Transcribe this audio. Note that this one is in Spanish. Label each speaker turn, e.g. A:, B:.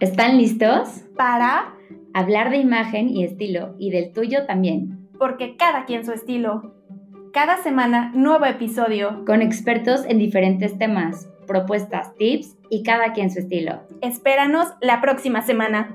A: ¿Están listos?
B: para,
A: Hablar de imagen y estilo y del tuyo también,
B: porque cada quien su estilo. Cada semana, nuevo episodio.
A: con expertos en diferentes temas, propuestas, tips y cada quien su estilo.
B: Espéranos la próxima semana.